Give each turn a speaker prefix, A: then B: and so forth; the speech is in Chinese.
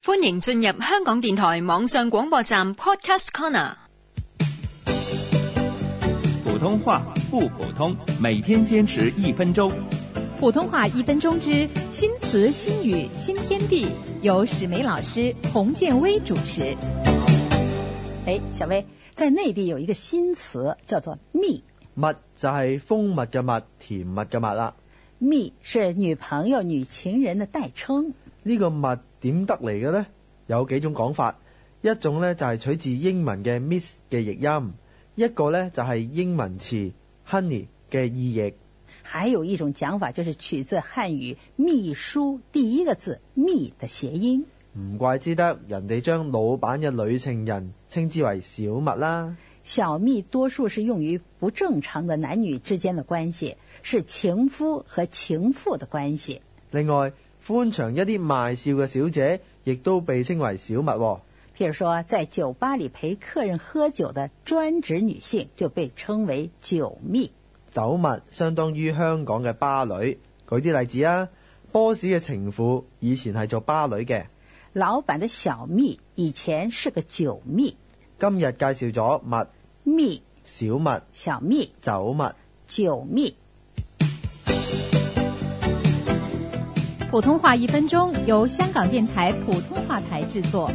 A: 歡迎進入香港電台網上廣播站 Podcast Corner。
B: 普通话不普通，每天坚持一分钟。
C: 普通话一分钟之新词新语新天地，由史梅老师、洪建威主持。
D: 哎，小薇，在内地有一个新词叫做蜜，
E: 蜜就係蜂蜜嘅蜜，甜蜜嘅蜜啦。
D: 蜜是女朋友、女情人的代称。
E: 呢、個蜜點得嚟嘅呢？有幾種講法，一種呢就係取自英文嘅 miss 嘅譯音，一個呢就係英文詞 honey 嘅意譯。
D: 还有一种讲法就是取自汉语“秘书”第一个字“秘”的谐音。
E: 唔怪之得人哋將老闆嘅女情人稱之為小蜜啦。
D: 小蜜多数是用于不正常的男女之间的关系，是情夫和情妇的关系。
E: 另外，寬場一啲賣笑嘅小姐亦都被稱為小蜜喎。
D: 譬如说，在酒吧里陪客人喝酒的专职女性就被称为酒蜜。
E: 酒蜜相當於香港嘅巴女。舉啲例子啊，波士嘅情婦以前係做巴女嘅，
D: 老板的小蜜以前是个酒蜜，
E: 今日介紹咗蜜、
D: 蜜
E: 小蜜、
D: 小蜜
E: 酒蜜。
D: 酒蜜。
C: 普通话一分钟由香港电台普通话台制作。